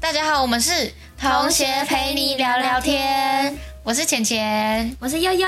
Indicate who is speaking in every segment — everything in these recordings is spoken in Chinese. Speaker 1: 大家好，我们是
Speaker 2: 同学陪你聊聊天，
Speaker 1: 我是浅浅。
Speaker 2: 我是悠悠，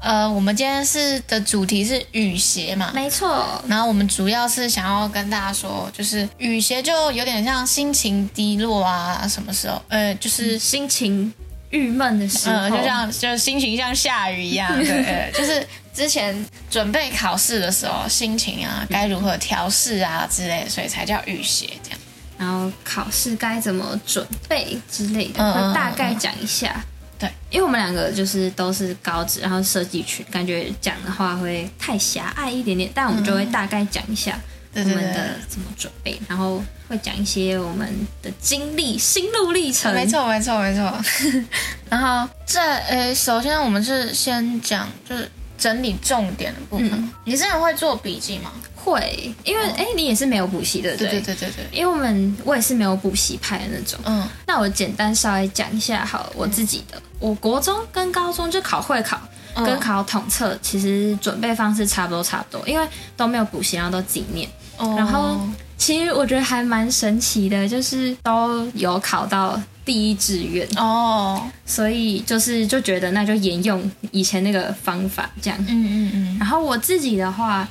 Speaker 1: 呃，我们今天是的主题是雨鞋嘛，
Speaker 2: 没错，
Speaker 1: 然后我们主要是想要跟大家说，就是雨鞋就有点像心情低落啊，什么时候，呃，就是
Speaker 2: 心情郁闷的时候，
Speaker 1: 嗯，就像就是心情像下雨一样， 对，呃就是之前准备考试的时候，心情啊该如何调试啊之类的，所以才叫雨鞋这样。
Speaker 2: 然后考试该怎么准备之类的，
Speaker 1: 嗯嗯嗯
Speaker 2: 会大概讲一下。
Speaker 1: 对，
Speaker 2: 因为我们两个就是都是高职，然后设计群，感觉讲的话会太狭隘一点点，但我们就会大概讲一下我
Speaker 1: 对对
Speaker 2: 们
Speaker 1: 对
Speaker 2: 的怎么准备，然后会讲一些我们的经历、心路历程。
Speaker 1: 嗯没，错，没错，没错。 然后这呃，首先我们是先讲就是整理重点的部分。
Speaker 2: 嗯
Speaker 1: 你真的会做笔记吗？
Speaker 2: 会，因为哎、你也是没有补习的，
Speaker 1: 对对
Speaker 2: 对。
Speaker 1: 对对对，
Speaker 2: 因为我们我也是没有补习派的那种，
Speaker 1: 嗯
Speaker 2: 那我简单稍微讲一下好了我自己的。我国中跟高中就考会考，
Speaker 1: 嗯
Speaker 2: 跟考统测其实准备方式差不多差不多，因为都没有补习，然后都自己念。
Speaker 1: 哦
Speaker 2: 然后其实我觉得还蛮神奇的，就是都有考到第一志愿，
Speaker 1: 哦，
Speaker 2: 所以就是就觉得那就沿用以前那个方法这样。
Speaker 1: 嗯嗯嗯，
Speaker 2: 然后我自己的话，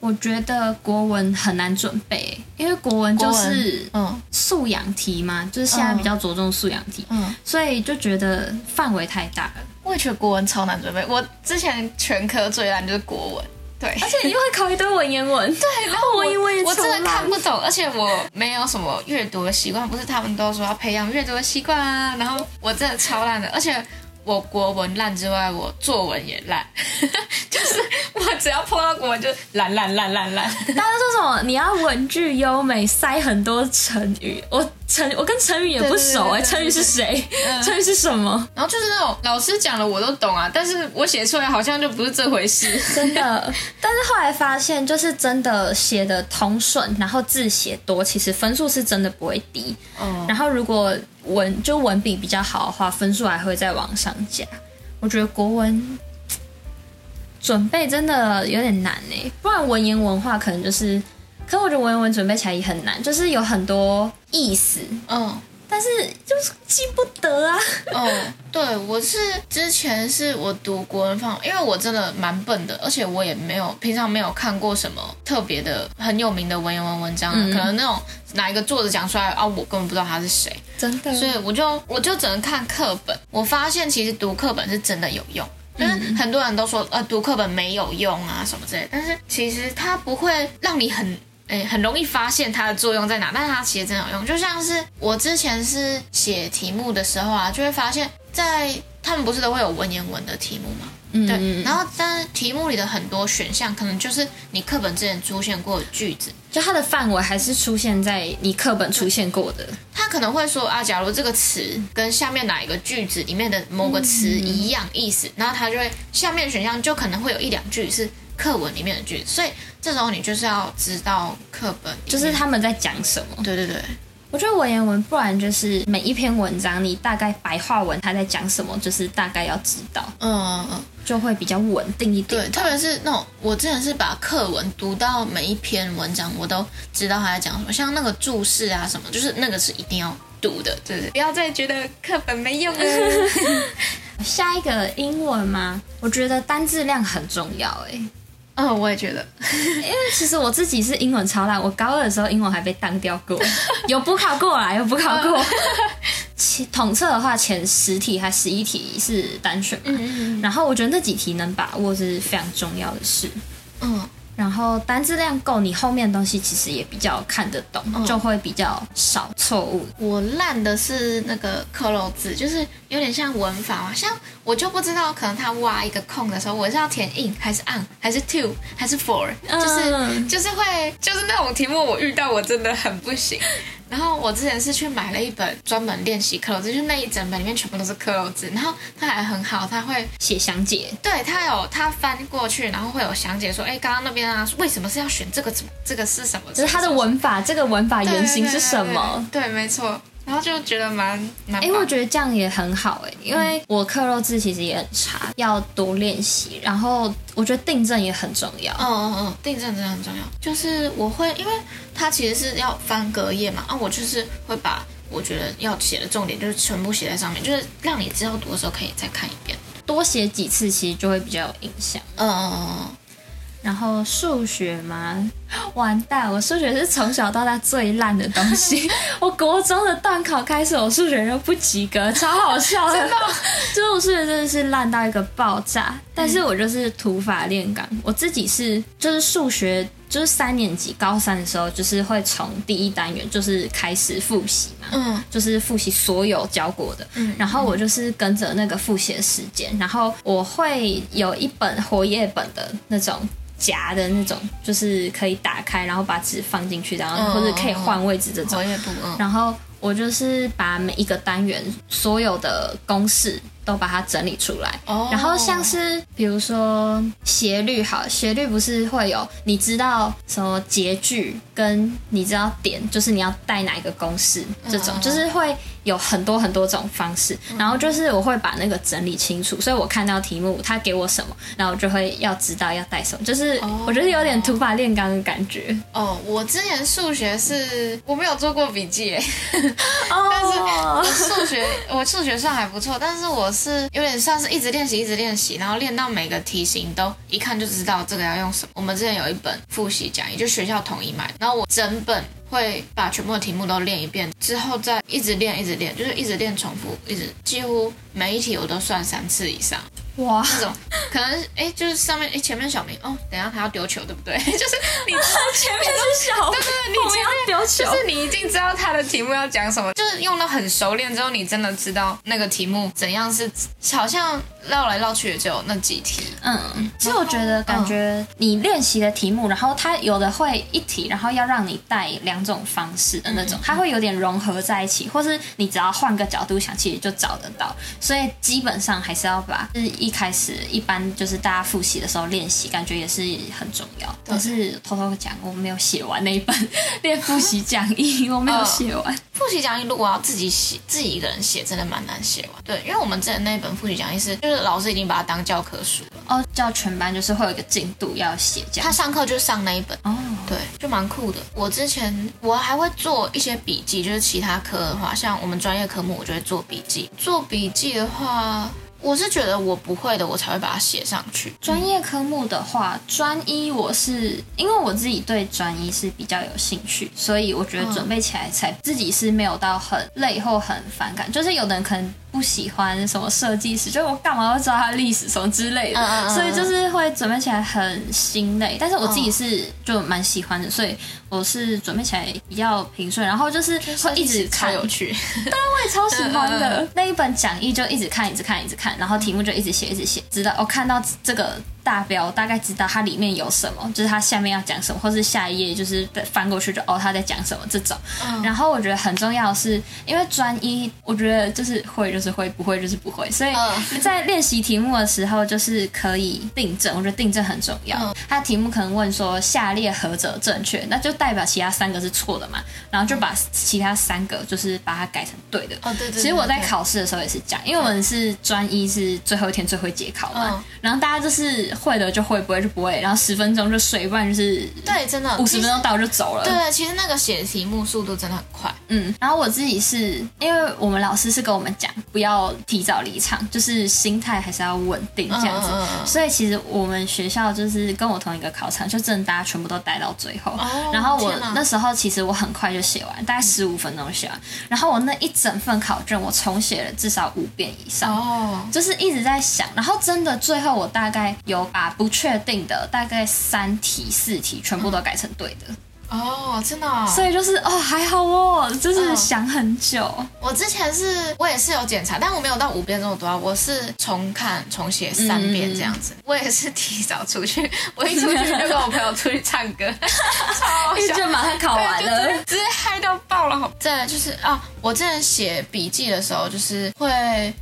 Speaker 2: 我觉得国文很难准备，因为国文就
Speaker 1: 国文
Speaker 2: 是
Speaker 1: 嗯
Speaker 2: 素养题嘛，就是现在比较着重素养题。
Speaker 1: 嗯，
Speaker 2: 所以就觉得范围太大 了，
Speaker 1: 我也觉得国文超难准备。我之前全科最烂就是国文，对。
Speaker 2: 而且你又会考一堆文言文，对，然后文言文也
Speaker 1: 我真
Speaker 2: 超
Speaker 1: 的
Speaker 2: 烂
Speaker 1: 看不懂，而且我没有什么阅读的习惯，不是他们都说要培养阅读的习惯啊。然后我真的超烂的，而且我国文烂之外，我作文也烂， 就是我只要碰到国文就烂烂烂烂烂。
Speaker 2: 大家都说什么你要文句优美，塞很多成语，我成我跟成语也不熟
Speaker 1: 对对
Speaker 2: 哎、
Speaker 1: 对对
Speaker 2: 成语是谁？成语是什么？
Speaker 1: 然后就是那种老师讲的我都懂啊，但是我写出来好像就不是这回事。
Speaker 2: 真 的，但是后来发现，就是真的写的通顺，然后字写多，其实分数是真的不会低。
Speaker 1: 哦，
Speaker 2: 然后如果文就文笔比较好的话，分数还会再往上加。我觉得国文准备真的有点难呢，不然文言文化可能就是，可我觉得文言文准备起来也很难，就是有很多意思，
Speaker 1: 嗯。
Speaker 2: 但是就是记不得啊。
Speaker 1: 哦，对，我是之前是我读国文方，因为我真的蛮笨的，而且我也没有平常没有看过什么特别的很有名的文言文文章，啊
Speaker 2: 嗯
Speaker 1: 可能那种哪一个作者讲出来啊，我根本不知道他是谁，
Speaker 2: 真的
Speaker 1: 所以我就我就只能看课本。我发现其实读课本是真的有用。就是
Speaker 2: 嗯
Speaker 1: 很多人都说，呃，读课本没有用啊，什么之类的。但是其实它不会让你很，诶、很容易发现它的作用在哪。但是它其实真的有用，就像是我之前是写题目的时候啊，就会发现在，他们不是都会有文言文的题目吗？对。
Speaker 2: 嗯，
Speaker 1: 然后，但是题目里的很多选项，可能就是你课本之前出现过的句子，
Speaker 2: 就它的范围还是出现在你课本出现过的，
Speaker 1: 他可能会说啊，假如这个词跟下面哪一个句子里面的某个词一样意思，然后他就会下面选项就可能会有一两句是课文里面的句子，所以这时候你就是要知道课本里面，
Speaker 2: 就是他们在讲什么。
Speaker 1: 对对对，
Speaker 2: 我觉得文言文，不然就是每一篇文章，你大概白话文它在讲什么，就是大概要知道，
Speaker 1: 嗯嗯，
Speaker 2: 就会比较稳定一点。
Speaker 1: 对，特别是那种我之前是把课文读到每一篇文章，我都知道他在讲什么，像那个注释啊什么，就是那个是一定要读的，对对，不要再觉得课本没 用了。
Speaker 2: 下一个英文吗？我觉得单字量很重要诶、
Speaker 1: 嗯，我也觉得，
Speaker 2: 因为其实我自己是英文超烂，我高二的时候英文还被当掉 过，有补考过啦，有补考
Speaker 1: 哦
Speaker 2: 过。其统测的话，前十题还十一题是单选嘛，
Speaker 1: 嗯
Speaker 2: 然后我觉得那几题能把握是非常重要的事。
Speaker 1: 嗯
Speaker 2: 然后单字量够，你后面的东西其实也比较看得懂，
Speaker 1: 哦
Speaker 2: 就会比较少错误。
Speaker 1: 我烂的是那个克漏字，就是有点像文法嘛，像我就不知道，可能他挖一个空的时候，我是要填 in 还是 on 还是 to 还是 for，就是、
Speaker 2: 嗯
Speaker 1: 就是会就是那种题目我遇到我真的很不行。然后我之前是去买了一本专门练习克漏字，就是那一整本里面全部都是克漏字，然后它还很好，它会
Speaker 2: 写详解，
Speaker 1: 对他有他翻过去，然后会有详解说，哎，刚刚那边啊，为什么是要选这个怎么这个是什么？
Speaker 2: 就是它
Speaker 1: 什
Speaker 2: 的
Speaker 1: 么
Speaker 2: 文法，这个文法
Speaker 1: 对
Speaker 2: 原型是什么？？
Speaker 1: 对，对对对没错。然后就觉得蛮蛮
Speaker 2: 哎、
Speaker 1: 棒的，
Speaker 2: 我觉得这样也很好哎、因为我克漏字其实也很差，要多练习。然后我觉得定正也很重要，
Speaker 1: 嗯嗯嗯，订正真的很重要。就是我会，因为它其实是要翻隔页嘛，啊，我就是会把我觉得要写的重点就是全部写在上面，就是让你之后读的时候可以再看一遍。
Speaker 2: 多写几次其实就会比较有印象。
Speaker 1: 嗯嗯嗯
Speaker 2: 然后数学嘛， 完蛋，我数学是从小到大最烂的东西。我国中的段考开始，我数学就不及格，超好笑的。 就是我数学真的是烂到一个爆炸，但是我就是土法炼钢。我自己是就是数学，就是三年级高三的时候，就是会从第一单元就是开始复习嘛。
Speaker 1: 嗯
Speaker 2: 就是复习所有教过的，
Speaker 1: 嗯
Speaker 2: 然后我就是跟着那个复习的时间，然后我会有一本活页本的那种夹的那种，就是可以打开，然后把纸放进去，然后
Speaker 1: 嗯
Speaker 2: 或者可以换位置这
Speaker 1: 嗯，
Speaker 2: 种
Speaker 1: 活。跃部嗯
Speaker 2: 然后我就是把每一个单元所有的公式都把它整理出来，
Speaker 1: 哦
Speaker 2: 然后像是比如说斜率好，斜率不是会有你知道什么截距，跟你知道点，就是你要带哪一个公式，这种、
Speaker 1: 嗯
Speaker 2: 就是会有很多很多种方式。然后就是我会把那个整理清楚，所以我看到题目它给我什么，然后我就会要知道要带什么，就是
Speaker 1: 哦
Speaker 2: 我觉得有点土法炼钢的感觉。
Speaker 1: 哦，我之前数学是我没有做过笔记耶，
Speaker 2: 哦
Speaker 1: 但是 我数学我数学算还不错，但是我是有点算是一直练习，一直练习，然后练到每个题型都一看就知道这个要用什么。我们之前有一本复习讲义，就学校统一买的，然后我整本会把全部的题目都练一遍，之后再一直练，一直练，就是一直练重复，一直几乎每一题我都算三次以上。
Speaker 2: 哇，
Speaker 1: 这种可能哎、就是上面哎、前面小明哦，等一下他要丢球对不对？ 就是你
Speaker 2: 前面是小，对
Speaker 1: 对你前面
Speaker 2: 要丢球
Speaker 1: 就是你已经知道他的题目要讲什么，就是用到很熟练之后，你真的知道那个题目怎样是，好像绕来绕去也只有那几题。
Speaker 2: 嗯，其实我觉得感觉你练习的题目，然后它有的会一题，然后要让你带两种方式的那种，它会有点融合在一起，或是你只要换个角度想，其实就找得到。所以基本上还是要把，就是一开始一般就是大家复习的时候练习，感觉也是很重要。但是偷偷讲，我没有写完那一本 练复习讲义，我没有写完。
Speaker 1: 复习讲义如果要自己写，自己一个人写，真的蛮难写完。对，因为我们之前那一本复习讲义是，就是老师已经把它当教科书了，
Speaker 2: 哦，叫全班就是会有一个进度要写这
Speaker 1: 他
Speaker 2: 样。
Speaker 1: 上课就上那一本。
Speaker 2: 哦，
Speaker 1: 对，就蛮酷的。我之前我还会做一些笔记，就是其他科的话，像我们专业科目，我就会做笔记。做笔记的话，我是觉得我不会的，我才会把它写上去。
Speaker 2: 专业科目的话，专一我是因为我自己对专一是比较有兴趣，所以我觉得准备起来才自己是没有到很累或很反感。就是有的人可能不喜欢什么设计史，就我干嘛要知道它历史什么之类的，
Speaker 1: 嗯嗯嗯嗯
Speaker 2: 所以就是会准备起来很心累。但是我自己是就蛮喜欢的，所以
Speaker 1: 哦
Speaker 2: 我是准备起来比较平顺，然后就是会一直
Speaker 1: 超
Speaker 2: 看，
Speaker 1: 有趣。
Speaker 2: 超喜欢
Speaker 1: 嗯嗯
Speaker 2: 的那一本讲义，就一直看，一直看，一直看，然后题目就一直写，一直写，直到我、看到这个大标，大概知道它里面有什么，就是它下面要讲什么，或是下一页就是翻过去就哦他在讲什么这种。然后我觉得很重要的是，因为专一，我觉得就是会就是会，不会就是不会，所以
Speaker 1: 嗯
Speaker 2: 在练习题目的时候，就是可以订正，我觉得订正很重要。
Speaker 1: 嗯
Speaker 2: 它题目可能问说下列何者正确，那就代表其他三个是错的嘛，然后就把其他三个就是把它改成对的。
Speaker 1: 嗯哦，对对
Speaker 2: 其实我在，考试的时候也是这样，因为我们是专一是最后一天最会解考嘛，
Speaker 1: 嗯
Speaker 2: 然后大家就是会的就会，不会就不会，然后十分钟就睡，不然就是
Speaker 1: 对对，真的
Speaker 2: 五十分。
Speaker 1: 其
Speaker 2: 钟
Speaker 1: 实
Speaker 2: 到就走了。
Speaker 1: 对，其实那个写题目速度真的很快。
Speaker 2: 嗯，然后我自己是因为我们老师是跟我们讲不要提早离场，就是心态还是要稳定这样子。
Speaker 1: 嗯嗯嗯嗯
Speaker 2: 所以其实我们学校就是跟我同一个考场，就真的大家全部都待到最后。
Speaker 1: 哦
Speaker 2: 然后我
Speaker 1: 天哪嗯
Speaker 2: 那时候其实我很快就写完，大概十五分钟就写完。然后我那一整份考卷我重写了至少五遍以上。
Speaker 1: 哦，
Speaker 2: 就是一直在想，然后真的最后我大概有把不确定的大概三题四题全部都
Speaker 1: 嗯
Speaker 2: 改成对的，
Speaker 1: 哦，真的哦、
Speaker 2: 所以就是哦还好哦，就是
Speaker 1: 嗯
Speaker 2: 想很久。
Speaker 1: 我之前是我也是有检查，但我没有到五遍这么多啊，我是重看重写三遍这样子。
Speaker 2: 嗯
Speaker 1: 我也是提早出去，我一出去就跟我朋友出去唱 歌，超 好笑。
Speaker 2: 就马上考完
Speaker 1: 对
Speaker 2: 了。
Speaker 1: 直接嗨到爆了。好再来就是啊，我之前写笔记的时候，就是会，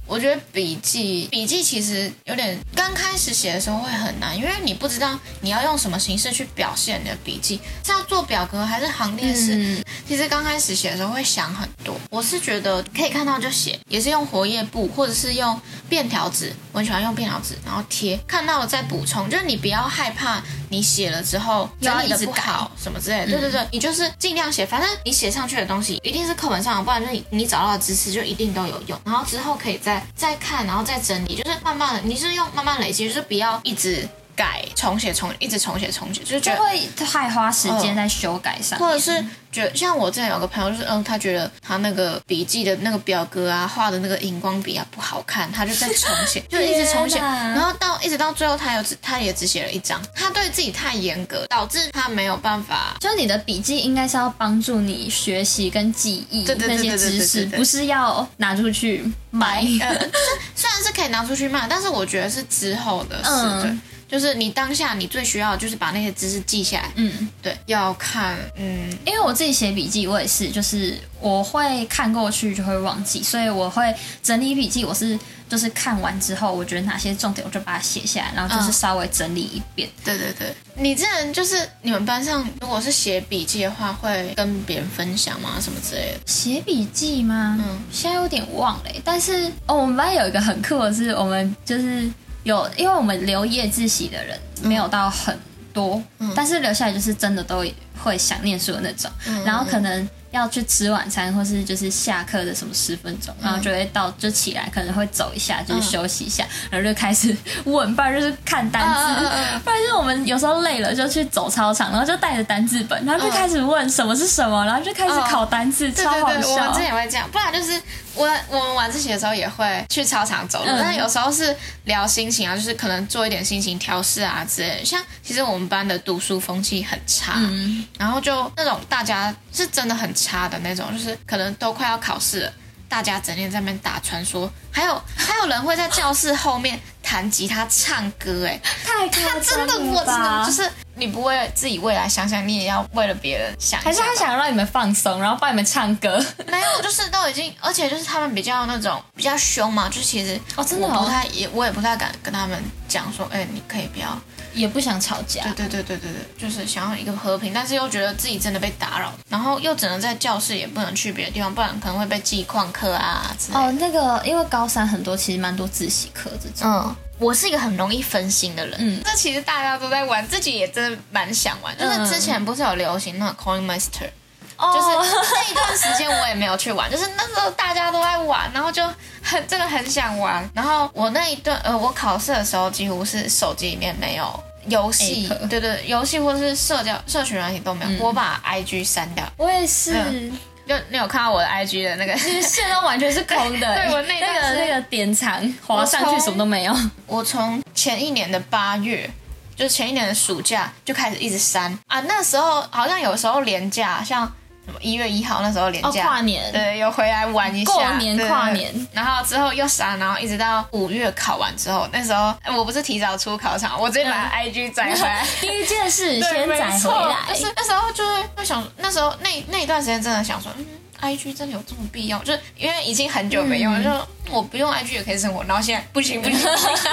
Speaker 1: 我觉得笔记笔记其实有点刚开始写的时候会很难，因为你不知道你要用什么形式去表现你的笔记，是要做表格还是行列式？
Speaker 2: 嗯
Speaker 1: 其实刚开始写的时候会想很多。我是觉得可以看到就写，也是用活页簿或者是用便条纸，我很喜欢用便条纸，然后贴，看到了再补充，就是你不要害怕你写了之后
Speaker 2: 有
Speaker 1: 哪
Speaker 2: 你
Speaker 1: 里
Speaker 2: 的
Speaker 1: 的不
Speaker 2: 不好
Speaker 1: 好什么之类的，对对对，你就是尽量写，反正你写上去的东西一定是课本上的，不然就是你你找到的知识就一定都有用，然后之后可以再再看，然后再整理，就是慢慢的，你是用慢慢累积，就是不要一直改重写重一直重写重写，就是觉
Speaker 2: 就
Speaker 1: 得
Speaker 2: 会太花时间在修改上面，
Speaker 1: 或者是觉得像我之前有个朋友，就是嗯，他觉得他那个笔记的那个表格啊，画的那个荧光笔啊不好看，他就在重 写，就一直重写，
Speaker 2: 天哪
Speaker 1: 然后到一直到最后，他有只他也只写了一张，他对自己太严格，导致他没有办法。
Speaker 2: 就是你的笔记应该是要帮助你学习跟记忆
Speaker 1: 对对
Speaker 2: 那
Speaker 1: 对对
Speaker 2: 些
Speaker 1: 对
Speaker 2: 知
Speaker 1: 对
Speaker 2: 识，
Speaker 1: 对对
Speaker 2: 不是要拿出去卖。
Speaker 1: 呃，就是虽然是可以拿出去卖，但是我觉得是之后的事，
Speaker 2: 嗯
Speaker 1: 对，就是你当下你最需要的就是把那些知识记下来，
Speaker 2: 嗯，
Speaker 1: 对，要看，嗯，
Speaker 2: 因为我自己写笔记，我也是，就是我会看过去就会忘记，所以我会整理笔记。我是就是看完之后，我觉得哪些重点，我就把它写下来，然后就是
Speaker 1: 嗯
Speaker 2: 稍微整理一遍。
Speaker 1: 对对对，你之前就是你们班上如果是写笔记的话，会跟别人分享吗？什么之类的？
Speaker 2: 写笔记吗？
Speaker 1: 嗯
Speaker 2: 现在有点忘了欸、但是哦，我们班有一个很酷的是，我们就是有，因为我们留夜自习的人没有到很多，
Speaker 1: 嗯
Speaker 2: 但是留下来就是真的都会想念书的那种，
Speaker 1: 嗯
Speaker 2: 然后可能。要去吃晚餐，或是就是下课的什么十分钟，
Speaker 1: 嗯
Speaker 2: 然后就会到就起来，可能会走一下，就是休息一下，然后就开始 问，不然就是看单
Speaker 1: 嗯
Speaker 2: 词，
Speaker 1: 嗯嗯嗯
Speaker 2: 不然就是我们有时候累了就去走操场，然后就带着单字本，然后就开始问什么是什么，然后就开始
Speaker 1: 嗯
Speaker 2: 考单字，
Speaker 1: 对
Speaker 2: 超
Speaker 1: 对
Speaker 2: 好
Speaker 1: 对，我们
Speaker 2: 笑
Speaker 1: 之。前也会这样，不然就是我我们晚自习的时候也会去操场走路，
Speaker 2: 嗯
Speaker 1: 但是有时候是聊心情啊，就是可能做一点心情调试啊之类的。像其实我们班的读书风气很差，
Speaker 2: 嗯，
Speaker 1: 然后就那种大家是真的很差的那种，就是可能都快要考试了，大家整天在那边打传说，还有还有人会在教室后面弹吉他唱歌、哎。
Speaker 2: 太夸
Speaker 1: 他
Speaker 2: 张
Speaker 1: 真
Speaker 2: 了
Speaker 1: 的，我真的
Speaker 2: 吧
Speaker 1: 就是你不为自己未来想想，你也要为了别人想一下
Speaker 2: 还是他
Speaker 1: 吧
Speaker 2: 想让你们放松，然后帮你们唱歌。
Speaker 1: 没有，就是都已经，而且就是他们比较那种比较凶嘛，就是其实
Speaker 2: 哦真的哦
Speaker 1: 我不太也我也不太敢跟他们讲说，哎、你可以不要，
Speaker 2: 也不想吵架
Speaker 1: 对，对对对对对，就是想要一个和平，但是又觉得自己真的被打扰，然后又只能在教室，也不能去别的地方，不然可能会被记旷课啊之类的。
Speaker 2: 哦，那个因为高三很多其实蛮多自习课这种，
Speaker 1: 嗯，我是一个很容易分心的人。
Speaker 2: 嗯
Speaker 1: 嗯，这其实大家都在玩，自己也真的蛮想玩。就是之前不是有流行那个 Coin Master，、就是
Speaker 2: 哦嗯
Speaker 1: 那一段时间我也没有去玩，就是那时候大家都在玩，然后就很真的很想玩。然后我那一段呃，我考试的时候几乎是手机里面没有。游戏
Speaker 2: App
Speaker 1: 对对，游戏或者是社交社群软体都没有，
Speaker 2: 嗯
Speaker 1: 我把 I G 删掉。
Speaker 2: 我也是，
Speaker 1: 嗯就你有看到我的 I G 的 那个
Speaker 2: 现在完全是空 的。
Speaker 1: 对我那一
Speaker 2: 那
Speaker 1: 段
Speaker 2: 个
Speaker 1: 是
Speaker 2: 那个点藏滑上去
Speaker 1: 从
Speaker 2: 什么都没有，
Speaker 1: 我从前一年的八月，就是前一年的暑假就开始一直删啊。那时候好像有时候连假，像什么一月一号那时候连
Speaker 2: 哦，
Speaker 1: 假，
Speaker 2: 跨年。
Speaker 1: 对，有回来玩一下，
Speaker 2: 过年
Speaker 1: 对
Speaker 2: 跨年，
Speaker 1: 然后之后又删，然后一直到五月考完之后，那时候哎我不是提早出考场，我直接把 IG 载回 来。
Speaker 2: 第一件事
Speaker 1: 对
Speaker 2: 先
Speaker 1: 没
Speaker 2: 嗯载回
Speaker 1: 错
Speaker 2: 来
Speaker 1: 就，是那时候就会会想，那时候那那一段时间真的想说，嗯，IG 真的有这么必要？就是因为已经很久没
Speaker 2: 嗯
Speaker 1: 用，了，就我不用 IG 也可以生活，然后现在不行不行，不 行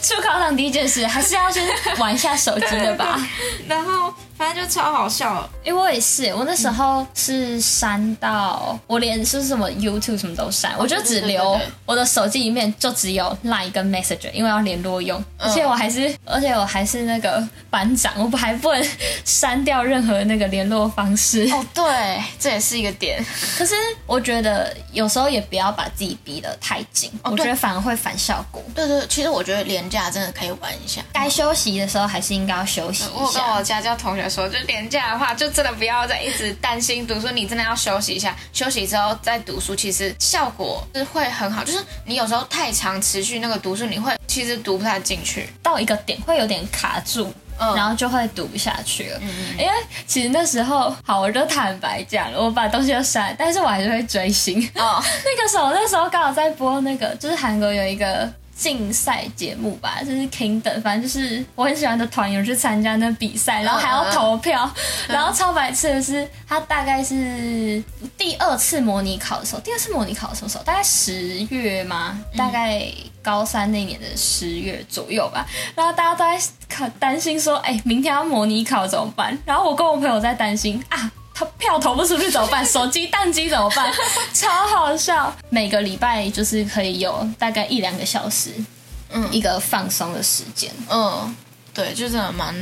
Speaker 2: 出考场第一件事还是要先玩一下手机的吧。
Speaker 1: 然后反正就超好笑。
Speaker 2: 因为我也是，我那时
Speaker 1: 嗯
Speaker 2: 候是删到、我连是什么 YouTube 什么都删，我就只
Speaker 1: 哦对对对
Speaker 2: 留
Speaker 1: 对
Speaker 2: 我的手机里面就只有 Line 跟 Messenger，因为要联络用，
Speaker 1: 嗯
Speaker 2: 而且我还是而且我还是那个班长，我还不能删掉任何那个联络方式。
Speaker 1: 哦，对，这也是一个点。
Speaker 2: 可是我觉得有时候也不要把自己逼得太紧，
Speaker 1: 哦
Speaker 2: 我觉
Speaker 1: 对
Speaker 2: 得反而会反效果。
Speaker 1: 对对，其实我觉得廉价真的可以玩一下。
Speaker 2: 该休息的时候还是应该要休息
Speaker 1: 嗯我
Speaker 2: 一
Speaker 1: 有跟
Speaker 2: 下。
Speaker 1: 我家教哦同学说，就廉价的话，就真的不要再一直担心读书，你真的要休息一下。休息之后再读书，其实效果是会很好。就是你有时候太长持续那个读书，你会其实读不太进去。
Speaker 2: 到一个点会有点卡住，
Speaker 1: 嗯
Speaker 2: 然后就会读不下去了。因为其实那时候，好，我就坦白讲了，我把东西都删，但是我还是会追星。
Speaker 1: 哦，
Speaker 2: 那个时候，那时候刚好在播那个，就是韩国有一个。竞赛节目吧，就是 Kingdom，反正就是我很喜欢的团有去参加那比赛，然后还要投票，然后超白痴的是，他大概是第二次模拟考的时候，第二次模拟考的时候，大概十月吗？大概高三那年的十月左右吧。然后大家都在考担心说，哎、明天要模拟考怎么办？然后我跟我朋友在担心啊。他票投不出去怎么办？手机宕机怎么办？超好笑。每个礼拜就是可以有大概一两个小时，
Speaker 1: 嗯
Speaker 2: 一个放松的时间。
Speaker 1: 嗯，对，就真的蛮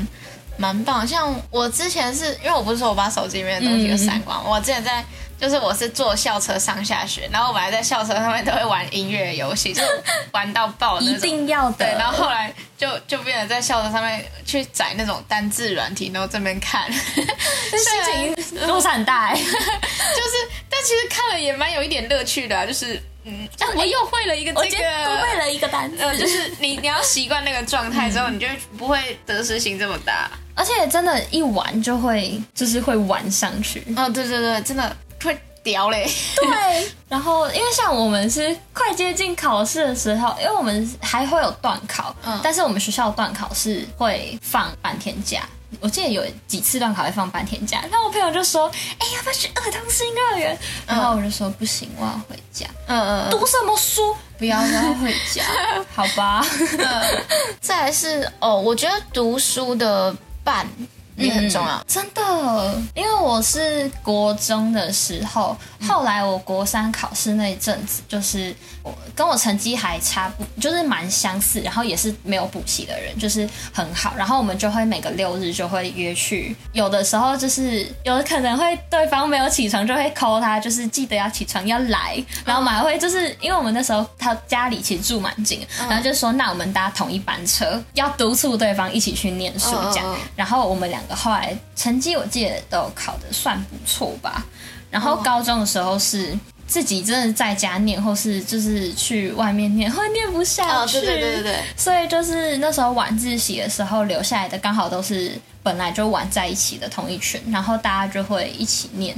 Speaker 1: 蛮棒。像我之前是因为我不是说我把手机里面的东西都删光，我之前在就是我是坐校车上下学，然后我本来在校车上面都会玩音乐游戏，就是玩到爆的
Speaker 2: 一
Speaker 1: 那种。
Speaker 2: 定要的。
Speaker 1: 对，然后后来就就变成在校车上面去载那种单字软体，然后这边 看，
Speaker 2: 这啊心情落差很 大哎、
Speaker 1: 就是，但其实看了也蛮有一点乐趣的、啊，就是嗯，啊我又会了一个
Speaker 2: 我
Speaker 1: 这
Speaker 2: 今
Speaker 1: 个，
Speaker 2: 天多背了一个单词。
Speaker 1: 呃，就是你你要习惯那个状态之后，你就不会得失心这么大。
Speaker 2: 而且真的，一玩就会就是会玩上去。
Speaker 1: 哦，对对对，真的会屌 嘞。
Speaker 2: 对，然后因为像我们是快接近考试的时候，因为我们还会有断考，
Speaker 1: 嗯
Speaker 2: 但是我们学校断考是会放半天假。我记得有几次断考会放半天假，那我朋友就说：“哎、要不要去儿童新乐园？”然后我就说：“不行，我要回家。
Speaker 1: 嗯嗯
Speaker 2: 读什么书？不要，我要回家。好吧，
Speaker 1: 嗯。再来是哦，我觉得读书的伴也很重啊要。
Speaker 2: 嗯真的，因为我是国中的时候，
Speaker 1: 嗯
Speaker 2: 后来我国三考试那一阵子，就是我跟我成绩还差不，就是蛮相似，然后也是没有补习的人，就是很好。然后我们就会每个六日就会约去，有的时候就是有的可能会对方没有起床就会 call 他，就是记得要起床要来。然后我们还会就是因为我们那时候他家里其实住蛮近，
Speaker 1: 嗯
Speaker 2: 然后就说那我们搭同一班车，要督促对方一起去念书这样
Speaker 1: 嗯嗯嗯。
Speaker 2: 然后我们两个后来成绩我记得都考得算不错吧。然
Speaker 1: 嗯
Speaker 2: 后高中的时候是自己真的在家念，或是就是去外面念，会念不下去。
Speaker 1: 哦对对对对对
Speaker 2: 所以就是那时候晚自习的时候留下来的，刚好都是本来就玩在一起的同一群，然后大家就会一起念。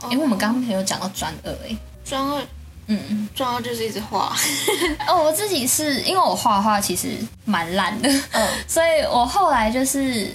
Speaker 1: 哦
Speaker 2: 因为我们刚刚没有讲到专二哎、欸
Speaker 1: 专二，
Speaker 2: 嗯，
Speaker 1: 专二就是一直画。
Speaker 2: 哦，我自己是因为我画画其实蛮烂的，
Speaker 1: 嗯
Speaker 2: 所以我后来就是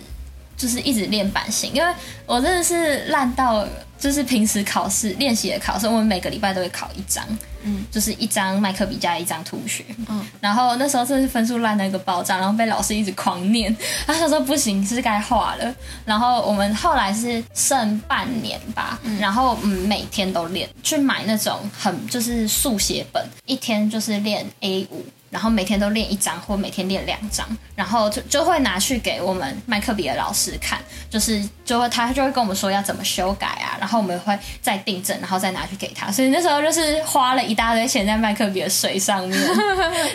Speaker 2: 就是一直练版型，因为我真的是烂到，就是平时考试练习的考试，我们每个礼拜都会考一张，
Speaker 1: 嗯，
Speaker 2: 就是一张麦克笔加一张图学，
Speaker 1: 嗯，
Speaker 2: 然后那时候真的是分数烂到一个爆炸，然后被老师一直狂念，然后他说不行，是该画了。然后我们后来是剩半年吧，然后嗯每天都练，去买那种很就是速写本，一天就是练 A 五。然后每天都练一张，或每天练两张，然后就就会拿去给我们麦克笔的老师看，就是就会他就会跟我们说要怎么修改啊，然后我们会再订正，然后再拿去给他。所以那时候就是花了一大堆钱在麦克笔的水上 面，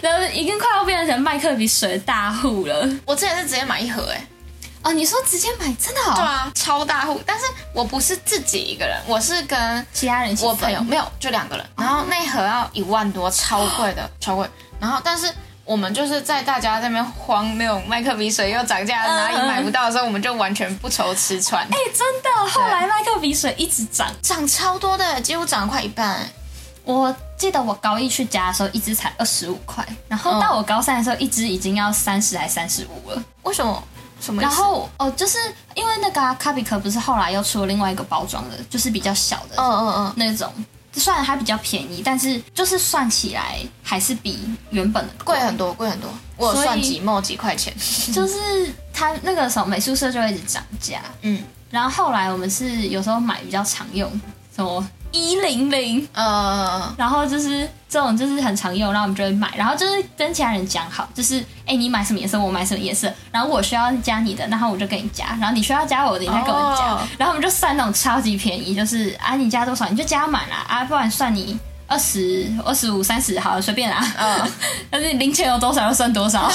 Speaker 2: 然后已经快要变成麦克笔水的大户 了。
Speaker 1: 我之前是直接买一盒哎、
Speaker 2: 哦，你说直接买真的好、
Speaker 1: 对啊，超大户。但是我不是自己一个人，我是跟
Speaker 2: 其他人一起分哎
Speaker 1: 我朋友没有，就两个人。然后那一盒要一万多，超贵的，超贵。然后但是我们就是在大家这边慌那种麦克笔水又涨价，哪里买不到的时候，我们就完全不愁吃穿。
Speaker 2: 哎、真的，后来麦克笔水一直涨。
Speaker 1: 涨超多的，几乎涨了快一半。
Speaker 2: 我记得我高一去家的时候，一支才二十五块，然后
Speaker 1: 嗯
Speaker 2: 到我高三的时候，一支已经要三十还三十五了。
Speaker 1: 为什么？什么意
Speaker 2: 然
Speaker 1: 思？
Speaker 2: 后哦，就是因为那个啊卡比壳不是后来又出了另外一个包装的，就是比较小的
Speaker 1: 嗯嗯
Speaker 2: 那种，虽然它比较便宜，但是就是算起来还是比原本的
Speaker 1: 嗯，贵很多，贵很多。我有算几毛几块钱。
Speaker 2: 就是它那个时候美术社就会一直涨价，
Speaker 1: 嗯
Speaker 2: 然后后来我们是有时候买比较常用，什么一零零，
Speaker 1: 呃，
Speaker 2: 然后就是这种就是很常用，然后我们就会买，然后就是跟其他人讲好，就是哎、你买什么颜色，我买什么颜色，然后我需要加你的，然后我就给你加，然后你需要加我的，你再跟我加，
Speaker 1: 哦
Speaker 2: 然后我们就算那种超级便宜，就是啊你加多少你就加满啦，啊不然算你二十二十五三十好了随便啦，
Speaker 1: 嗯
Speaker 2: 但是零钱有多少就算多少，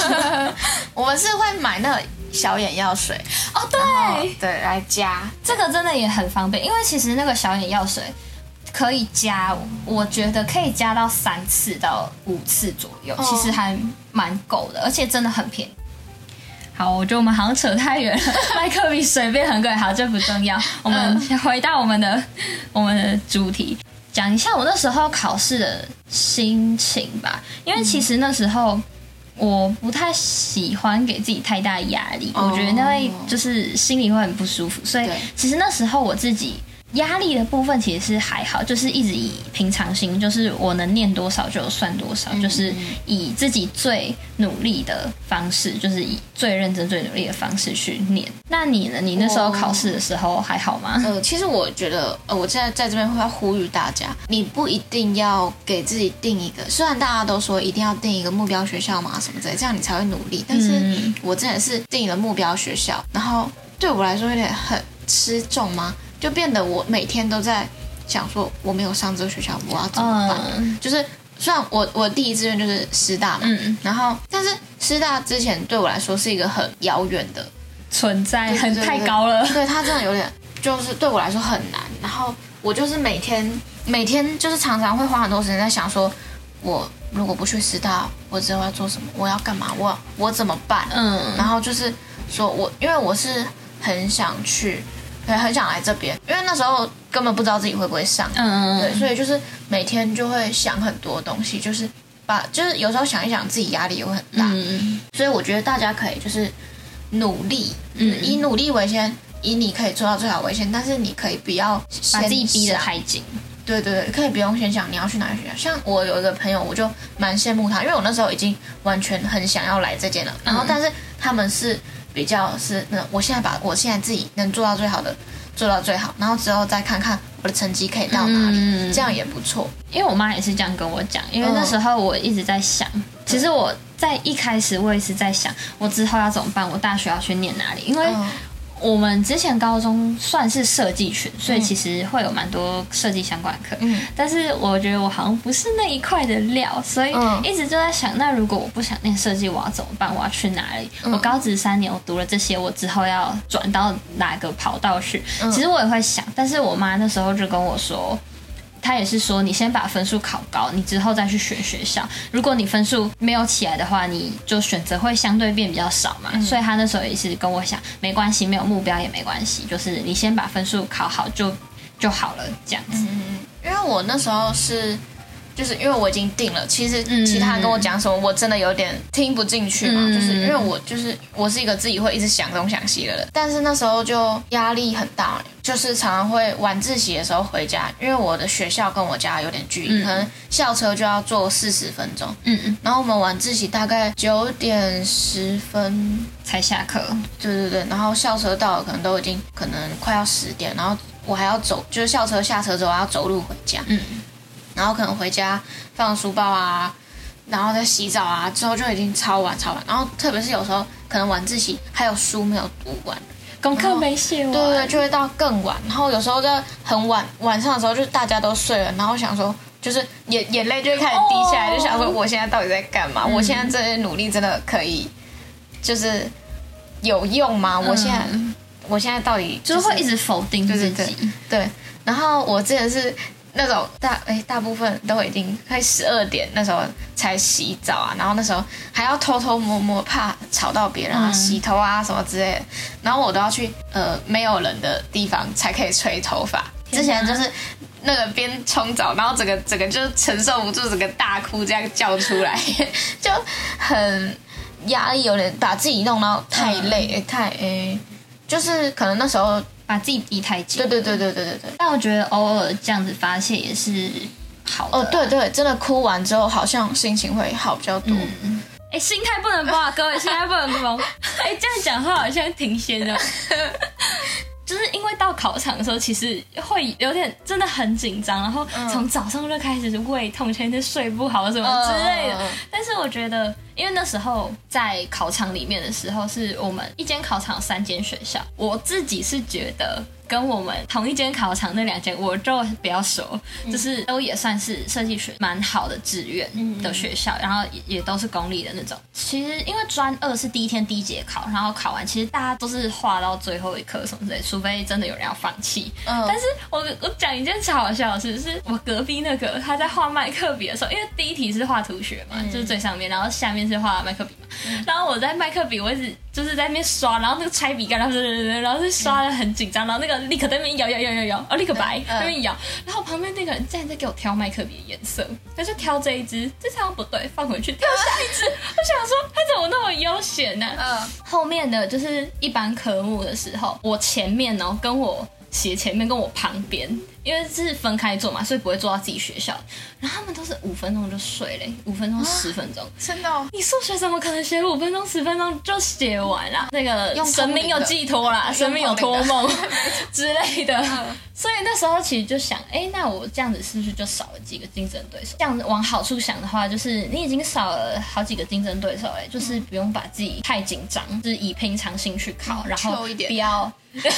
Speaker 1: 我们是会买那个小眼药水，
Speaker 2: 哦对
Speaker 1: 哦，对，来加。
Speaker 2: 这个真的也很方便，因为其实那个小眼药水可以加，我觉得可以加到三次到五次左右，
Speaker 1: 哦
Speaker 2: 其实还蛮够的，而且真的很便宜。好，我觉得我们好像扯太远 了，麦克笔随便很贵，好，这不重要。我们回到我们的我们的主题，讲一下我那时候考试的心情吧，因为其实那时候。我不太喜欢给自己太大压力，
Speaker 1: 哦
Speaker 2: 我觉得那会就是心里会很不舒服，所以
Speaker 1: 对
Speaker 2: 其实那时候我自己压力的部分其实是还好，就是一直以平常心，就是我能念多少就算多少，
Speaker 1: 嗯
Speaker 2: 就是以自己最努力的方式，就是以最认真、最努力的方式去念。那你呢？你那时候
Speaker 1: 我
Speaker 2: 考试的时候还好吗？
Speaker 1: 呃，其实我觉得，呃，我现在在这边会要呼吁大家，你不一定要给自己定一个，虽然大家都说一定要定一个目标学校嘛什么之类，这样你才会努力，但是
Speaker 2: 嗯
Speaker 1: 我真的是定了目标学校，然后对我来说有点很吃重吗？就变得我每天都在想说，我没有上这个学校，我要怎么办？
Speaker 2: 嗯
Speaker 1: 就是虽然我我第一志愿就是师大嘛，
Speaker 2: 嗯，
Speaker 1: 然后但是师大之前对我来说是一个很遥远的
Speaker 2: 存在
Speaker 1: 对
Speaker 2: 哎很
Speaker 1: 对对
Speaker 2: 太高了。
Speaker 1: 对他真的有点，就是对我来说很难。然后我就是每天每天就是常常会花很多时间在想说，我如果不去师大，我之后要做什么？我要干嘛？我我怎么办？
Speaker 2: 嗯
Speaker 1: 然后就是说我因为我是很想去，很很想来这边，因为那时候根本不知道自己会不会上。
Speaker 2: 嗯
Speaker 1: 对，所以就是每天就会想很多东西，就是把就是有时候想一想，自己压力也会很大。
Speaker 2: 嗯
Speaker 1: 所以我觉得大家可以就是努力，
Speaker 2: 嗯
Speaker 1: 以努力为先，以你可以做到最好为先，但是你可以不要
Speaker 2: 把
Speaker 1: 先
Speaker 2: 自己逼得
Speaker 1: 想
Speaker 2: 太紧。
Speaker 1: 对对对，可以不用先想你要去哪个学校。像我有一个朋友，我就蛮羡慕他，因为我那时候已经完全很想要来这间了。
Speaker 2: 嗯
Speaker 1: 然后，但是他们是比较是那种我现在把我现在自己能做到最好的做到最好，然后之后再看看我的成绩可以到哪里，
Speaker 2: 嗯
Speaker 1: 这样也不错。
Speaker 2: 因为我妈也是这样跟我讲，因为那
Speaker 1: 嗯
Speaker 2: 时候我一直在想，其实我在一开始我也是在想，我之后要怎么办，我大学要去念哪里？因为
Speaker 1: 嗯
Speaker 2: 我们之前高中算是设计群，所以其实会有蛮多设计相关的课。
Speaker 1: 嗯
Speaker 2: 但是我觉得我好像不是那一块的料，所以
Speaker 1: 嗯
Speaker 2: 一直就在想，那如果我不想念设计，我要怎么办？我要去哪里？
Speaker 1: 嗯
Speaker 2: 我高职三年，我读了这些，我之后要转到哪个跑道去？其实我也会想，但是我妈那时候就跟我说。她也是说，你先把分数考高，你之后再去选学校。如果你分数没有起来的话，你就选择会相对变比较少
Speaker 1: 嗯
Speaker 2: 嘛。所以她那时候也是跟我想，没关系，没有目标也没关系，就是你先把分数考好就就好了，这样子。
Speaker 1: 嗯因为我那时候是，就是因为我已经定了，其实
Speaker 2: 嗯
Speaker 1: 其他人跟我讲什么，我真的有点听不进去嘛，
Speaker 2: 嗯
Speaker 1: 就是因为我就是我是一个自己会一直想东想西的人，但是那时候就压力很大，就是常常会晚自习的时候回家，因为我的学校跟我家有点距离，
Speaker 2: 嗯
Speaker 1: 可能校车就要坐四十分钟，
Speaker 2: 嗯嗯，
Speaker 1: 然后我们晚自习大概九点十分
Speaker 2: 才下课。
Speaker 1: 对对对，然后校车到了，可能都已经可能快要十点，然后我还要走，就是校车下车之后还要走路回家，
Speaker 2: 嗯，
Speaker 1: 然后可能回家放书包啊，然后再洗澡啊，之后就已经超晚超晚，然后特别是有时候可能晚自习还有书没有读完，
Speaker 2: 功课没写完。
Speaker 1: 对对对，就会到更晚，然后有时候在很晚晚上的时候，就是大家都睡了，然后想说。就是眼眼泪就会开始滴下来
Speaker 2: 哦
Speaker 1: 就想说我现在到底在干嘛？我现在这些努力真的可以，就是有用吗？我现在
Speaker 2: 嗯
Speaker 1: 我现在到底
Speaker 2: 就是会一直否定自己。
Speaker 1: 对对对，然后我之前是那种大哎，大部分都已经快十二点那时候才洗澡啊，然后那时候还要偷偷摸摸，怕吵到别人啊，
Speaker 2: 嗯
Speaker 1: 洗头啊什么之类的，然后我都要去呃没有人的地方才可以吹头发。之
Speaker 2: 天哪
Speaker 1: 前就是那个边冲澡，然后整个整个就是承受不住，整个大哭这样叫出来， 就很压力，有点把自己弄到太
Speaker 2: 嗯
Speaker 1: 累，哎太哎，就是可能那时候
Speaker 2: 把自己逼太紧。
Speaker 1: 对对对对对对对。
Speaker 2: 但我觉得偶尔这样子发泄也是好的。
Speaker 1: 哦，对。对，真的哭完之后，好像心情会好比较多。
Speaker 2: 哎，心态不能崩啊，各位，心态不能 崩。哎，这样讲话好像挺仙的。就是因为到考场的时候，其实会有点真的很紧张，然后从
Speaker 1: 嗯
Speaker 2: 早上就开始胃痛，前一天睡不好什么之类的。
Speaker 1: 嗯
Speaker 2: 但是我觉得，因为那时候在考场里面的时候，是我们一间考场有三间学校，我自己是觉得。跟我们同一间考场那两间，我就不要说，就是都也算是设计学蛮好的志愿的学校，然后也也都是公立的那种。其实因为专二是第一天第一节考，然后考完，其实大家都是画到最后一刻什么之类，除非真的有人要放弃，
Speaker 1: 嗯，
Speaker 2: 但是我我讲一件超好笑的事，是我隔壁那个他在画麦克笔的时候，因为第一题是画图学嘛，
Speaker 1: 嗯
Speaker 2: 就是最上面，然后下面是画麦克笔嘛。然后我在麦克笔，我一直就是在那边刷，然后那个拆笔杆，然后然后是刷的很紧张，然后那个立刻在那边摇摇摇摇摇，哦立刻白
Speaker 1: 嗯
Speaker 2: 在那边摇，然后旁边那个人竟然在给我挑麦克笔的颜色，他就挑这一支，这支好像不对，放回去挑下一支。我想说他怎么那么悠闲呢、啊
Speaker 1: 嗯
Speaker 2: 后面的就是一般科目的时候，我前面哦跟我斜前面跟我旁边，因为是分开坐嘛，所以不会坐到自己学校。然后他们都是五分钟就睡嘞，五分钟、十分钟。
Speaker 1: 真的、哦，
Speaker 2: 你数学怎么可能写五分钟、十分钟就写完啦？那个
Speaker 1: 用
Speaker 2: 神明有寄托啦，
Speaker 1: 用
Speaker 2: 神明有托
Speaker 1: 通
Speaker 2: 梦之类的。所以那时候其实就想，哎、那我这样子是不是就少了几个竞争对手？这样子往好处想的话，就是你已经少了好几个竞争对手嘞，
Speaker 1: 嗯
Speaker 2: 就是不用把自己太紧张，就是以平常心去考，然后
Speaker 1: 秋嗯一点
Speaker 2: 不要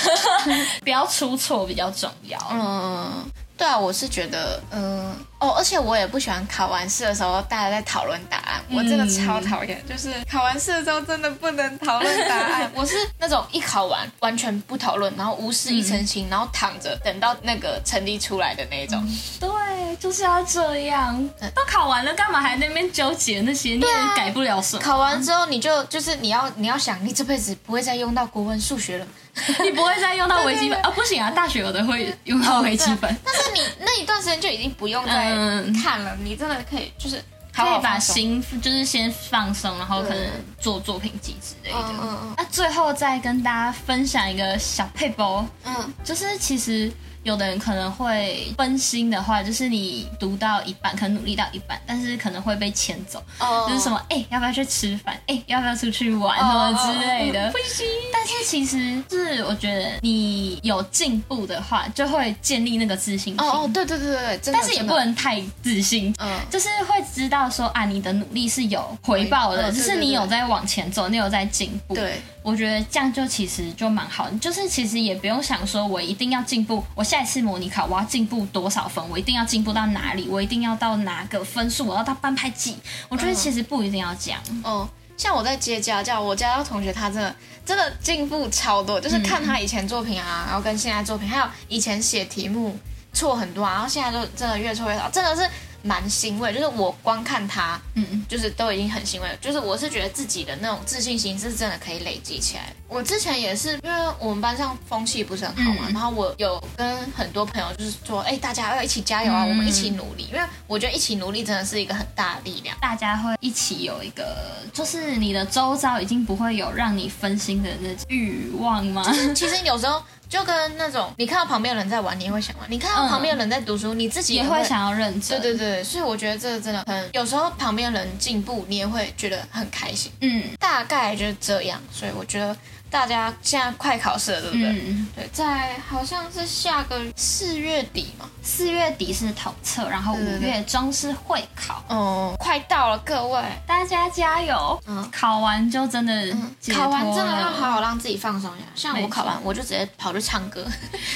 Speaker 2: 不要出错比较重要。
Speaker 1: 嗯，对啊，我是觉得，嗯，哦，而且我也不喜欢考完试的时候大家在讨论答案，
Speaker 2: 嗯
Speaker 1: 我真的超讨厌，就是考完试的时候真的不能讨论答 案。我是那种一考完完全不讨论，然后无事一身
Speaker 2: 嗯
Speaker 1: 轻，然后躺着等到那个成绩出来的那一种。
Speaker 2: 对，就是要这样。都考完了，干嘛还在那边纠结那些？你也改不了什么。
Speaker 1: 考完之后你就就是你要你要想，你这辈子不会再用到国文、数学了。
Speaker 2: 你不会再用到微积分啊、不行啊，大学有的会用到微积 分，
Speaker 1: 但是你那一段时间就已经不用再
Speaker 2: 嗯
Speaker 1: 看了，你真的可以就是好
Speaker 2: 可
Speaker 1: 好
Speaker 2: 以把
Speaker 1: 放松
Speaker 2: 心就是先放松，然后可能
Speaker 1: 嗯
Speaker 2: 做作品集之类
Speaker 1: 嗯
Speaker 2: 的。
Speaker 1: 嗯嗯
Speaker 2: 那、最后再跟大家分享一个小配包，
Speaker 1: 嗯
Speaker 2: 就是其实有的人可能会分心的话，就是你读到一半，可能努力到一半，但是可能会被牵走，
Speaker 1: 哦
Speaker 2: 就是什么哎、要不要去吃饭？哎、要不要出去玩？什
Speaker 1: 哦
Speaker 2: 么之类的。
Speaker 1: 不行。
Speaker 2: 但是其实是我觉得你有进步的话，就会建立那个自信心。
Speaker 1: 哦哦，对对对对对，真的
Speaker 2: 但是也
Speaker 1: 真
Speaker 2: 不
Speaker 1: 的
Speaker 2: 能太自信，
Speaker 1: 嗯
Speaker 2: 就是会知道说啊，你的努力是有回报
Speaker 1: 回
Speaker 2: 的，
Speaker 1: 嗯
Speaker 2: 就是你有在往前走，你有在进步。，
Speaker 1: 对，
Speaker 2: 我觉得这样就其实就蛮好，就是其实也不用想说我一定要进步，我下一次模拟考我要进步多少分，我一定要进步到哪里，我一定要到哪个分数，我要到半拍几。我
Speaker 1: 嗯
Speaker 2: 觉得其实不一定要这样，
Speaker 1: 哦，像我在接家教，我家教同学他真的真的进步超多，就是看他以前作品啊，然后跟现在作品，还有以前写题目错很多啊，然后现在就真的越错越少，真的是蛮欣慰。就是我光看他，
Speaker 2: 嗯嗯。
Speaker 1: 就是都已经很欣慰了。就是我是觉得自己的那种自信心是真的可以累积起来的。我之前也是，因为我们班上风气不是很好嘛，
Speaker 2: 嗯
Speaker 1: 然后我有跟很多朋友就是说，哎、大家要一起加油啊，
Speaker 2: 嗯
Speaker 1: 我们一起努力，因为我觉得一起努力真的是一个很大的力量。
Speaker 2: 大家会一起有一个，就是你的周遭已经不会有让你分心的那种欲望吗？
Speaker 1: 其实有时候就跟那种你看到旁边有人在玩，你也会想玩；你看到
Speaker 2: 嗯
Speaker 1: 旁边有人在读书，你自己
Speaker 2: 也
Speaker 1: 会
Speaker 2: 会。想要认
Speaker 1: 对
Speaker 2: 真。
Speaker 1: 对对，所以我觉得这个真的很，有时候旁边人进步，你也会觉得很开心。
Speaker 2: 嗯
Speaker 1: 大概就是这样，所以我觉得大家现在快考试了，对不对？
Speaker 2: 嗯，
Speaker 1: 对，在好像是下个四月底嘛，
Speaker 2: 四月底是统测，然后
Speaker 1: 对对
Speaker 2: 五
Speaker 1: 对
Speaker 2: 月中是会考，
Speaker 1: 哦、快到了，各位，
Speaker 2: 大家加油！
Speaker 1: 嗯
Speaker 2: 考完就真的解脱
Speaker 1: 考
Speaker 2: 了
Speaker 1: 完真的要好。好让自己放松一下。像
Speaker 2: 没
Speaker 1: 我
Speaker 2: 错
Speaker 1: 考完，我就直接跑去唱歌，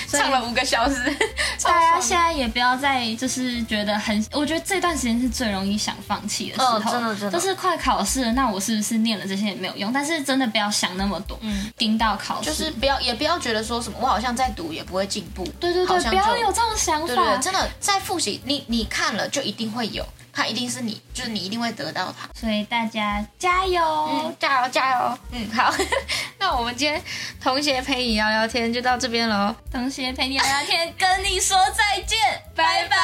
Speaker 2: 所 以
Speaker 1: 唱了五个小时，超
Speaker 2: 大家
Speaker 1: 爽
Speaker 2: 现在也不要再就是觉得很，我觉得这段时间是最容易想放弃的时候，
Speaker 1: 嗯真的真的
Speaker 2: 就是快考试了，那我是不是念了这些也没有用？但是真的不要想那么多，
Speaker 1: 嗯
Speaker 2: 盯到考试
Speaker 1: 就是不要也不要觉得说什么我好像在读也不会进步，
Speaker 2: 对对
Speaker 1: 好
Speaker 2: 对，
Speaker 1: 像
Speaker 2: 不要
Speaker 1: 就
Speaker 2: 有这种想法。
Speaker 1: 对对对，真的在复习，你你看了就一定会有，它一定是你，就是你一定会得到它。
Speaker 2: 所以大家哦加油！
Speaker 1: 嗯，加油加油！嗯，好， 那我们今天同学陪你聊聊天就到这边喽。
Speaker 2: 同学陪你聊聊天，跟你说再见，拜拜。